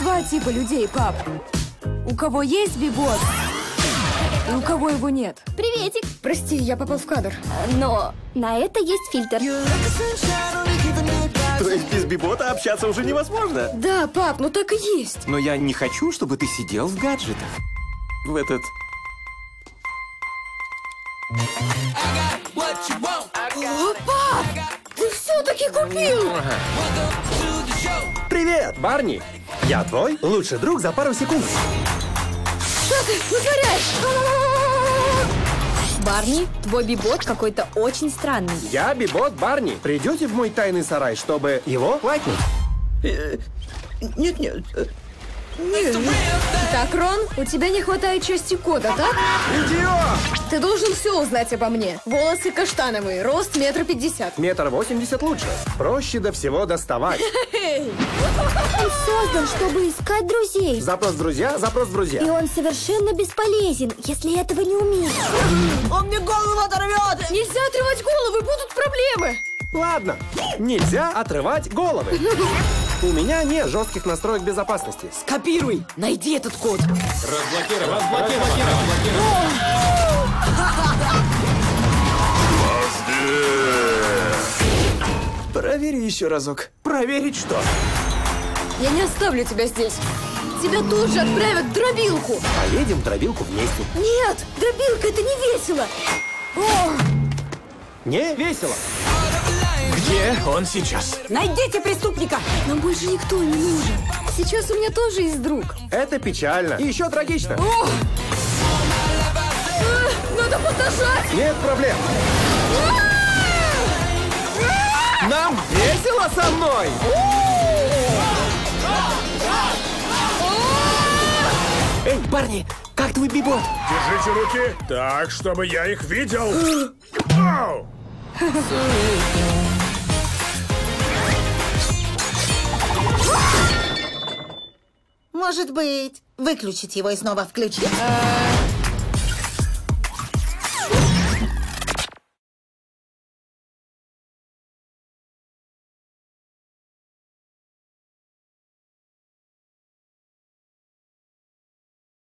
два типа людей, пап. У кого есть бибот, и у кого его нет. Приветик! Прости, я попал в кадр. Но на это есть фильтр. То есть без бибота общаться уже невозможно. Да, пап, ну так и есть. Но я не хочу, чтобы ты сидел в гаджетах. В этот... О, пап! Ты все-таки купил! Привет, Барни! Я твой лучший друг за пару секунд. Что ты вытворяешь? Барни, твой бибот какой-то очень странный. Я бибот Барни. Придете в мой тайный сарай, чтобы его лайкнуть? Так, Рон, у тебя не хватает части кода, так? Идиот! Ты должен все узнать обо мне. Волосы каштановые, рост метр пятьдесят. Метр восемьдесят лучше. Проще до всего доставать. Он создан, чтобы искать друзей. Запрос друзья, запрос друзья. И он совершенно бесполезен, если этого не уметь. Он мне голову оторвет! Нельзя отрывать головы, будут проблемы! Ладно, нельзя отрывать головы. У меня нет жестких настроек безопасности. Копируй! Найди этот код! Провери еще разок. Проверить что? Я не оставлю тебя здесь. Тебя тут же отправят в дробилку. Поедем дробилку вместе. Нет, дробилка это не весело. О, Не весело. Найдите преступника! нам больше никто не нужен. Сейчас у меня тоже есть друг. Это печально. И еще трагично. О! Э, Надо подождать! Нет проблем. Нам весело со мной. Эй, парни, как твой бибот? Держите руки так, чтобы я их видел. Ау! Может быть, выключить его и снова включить?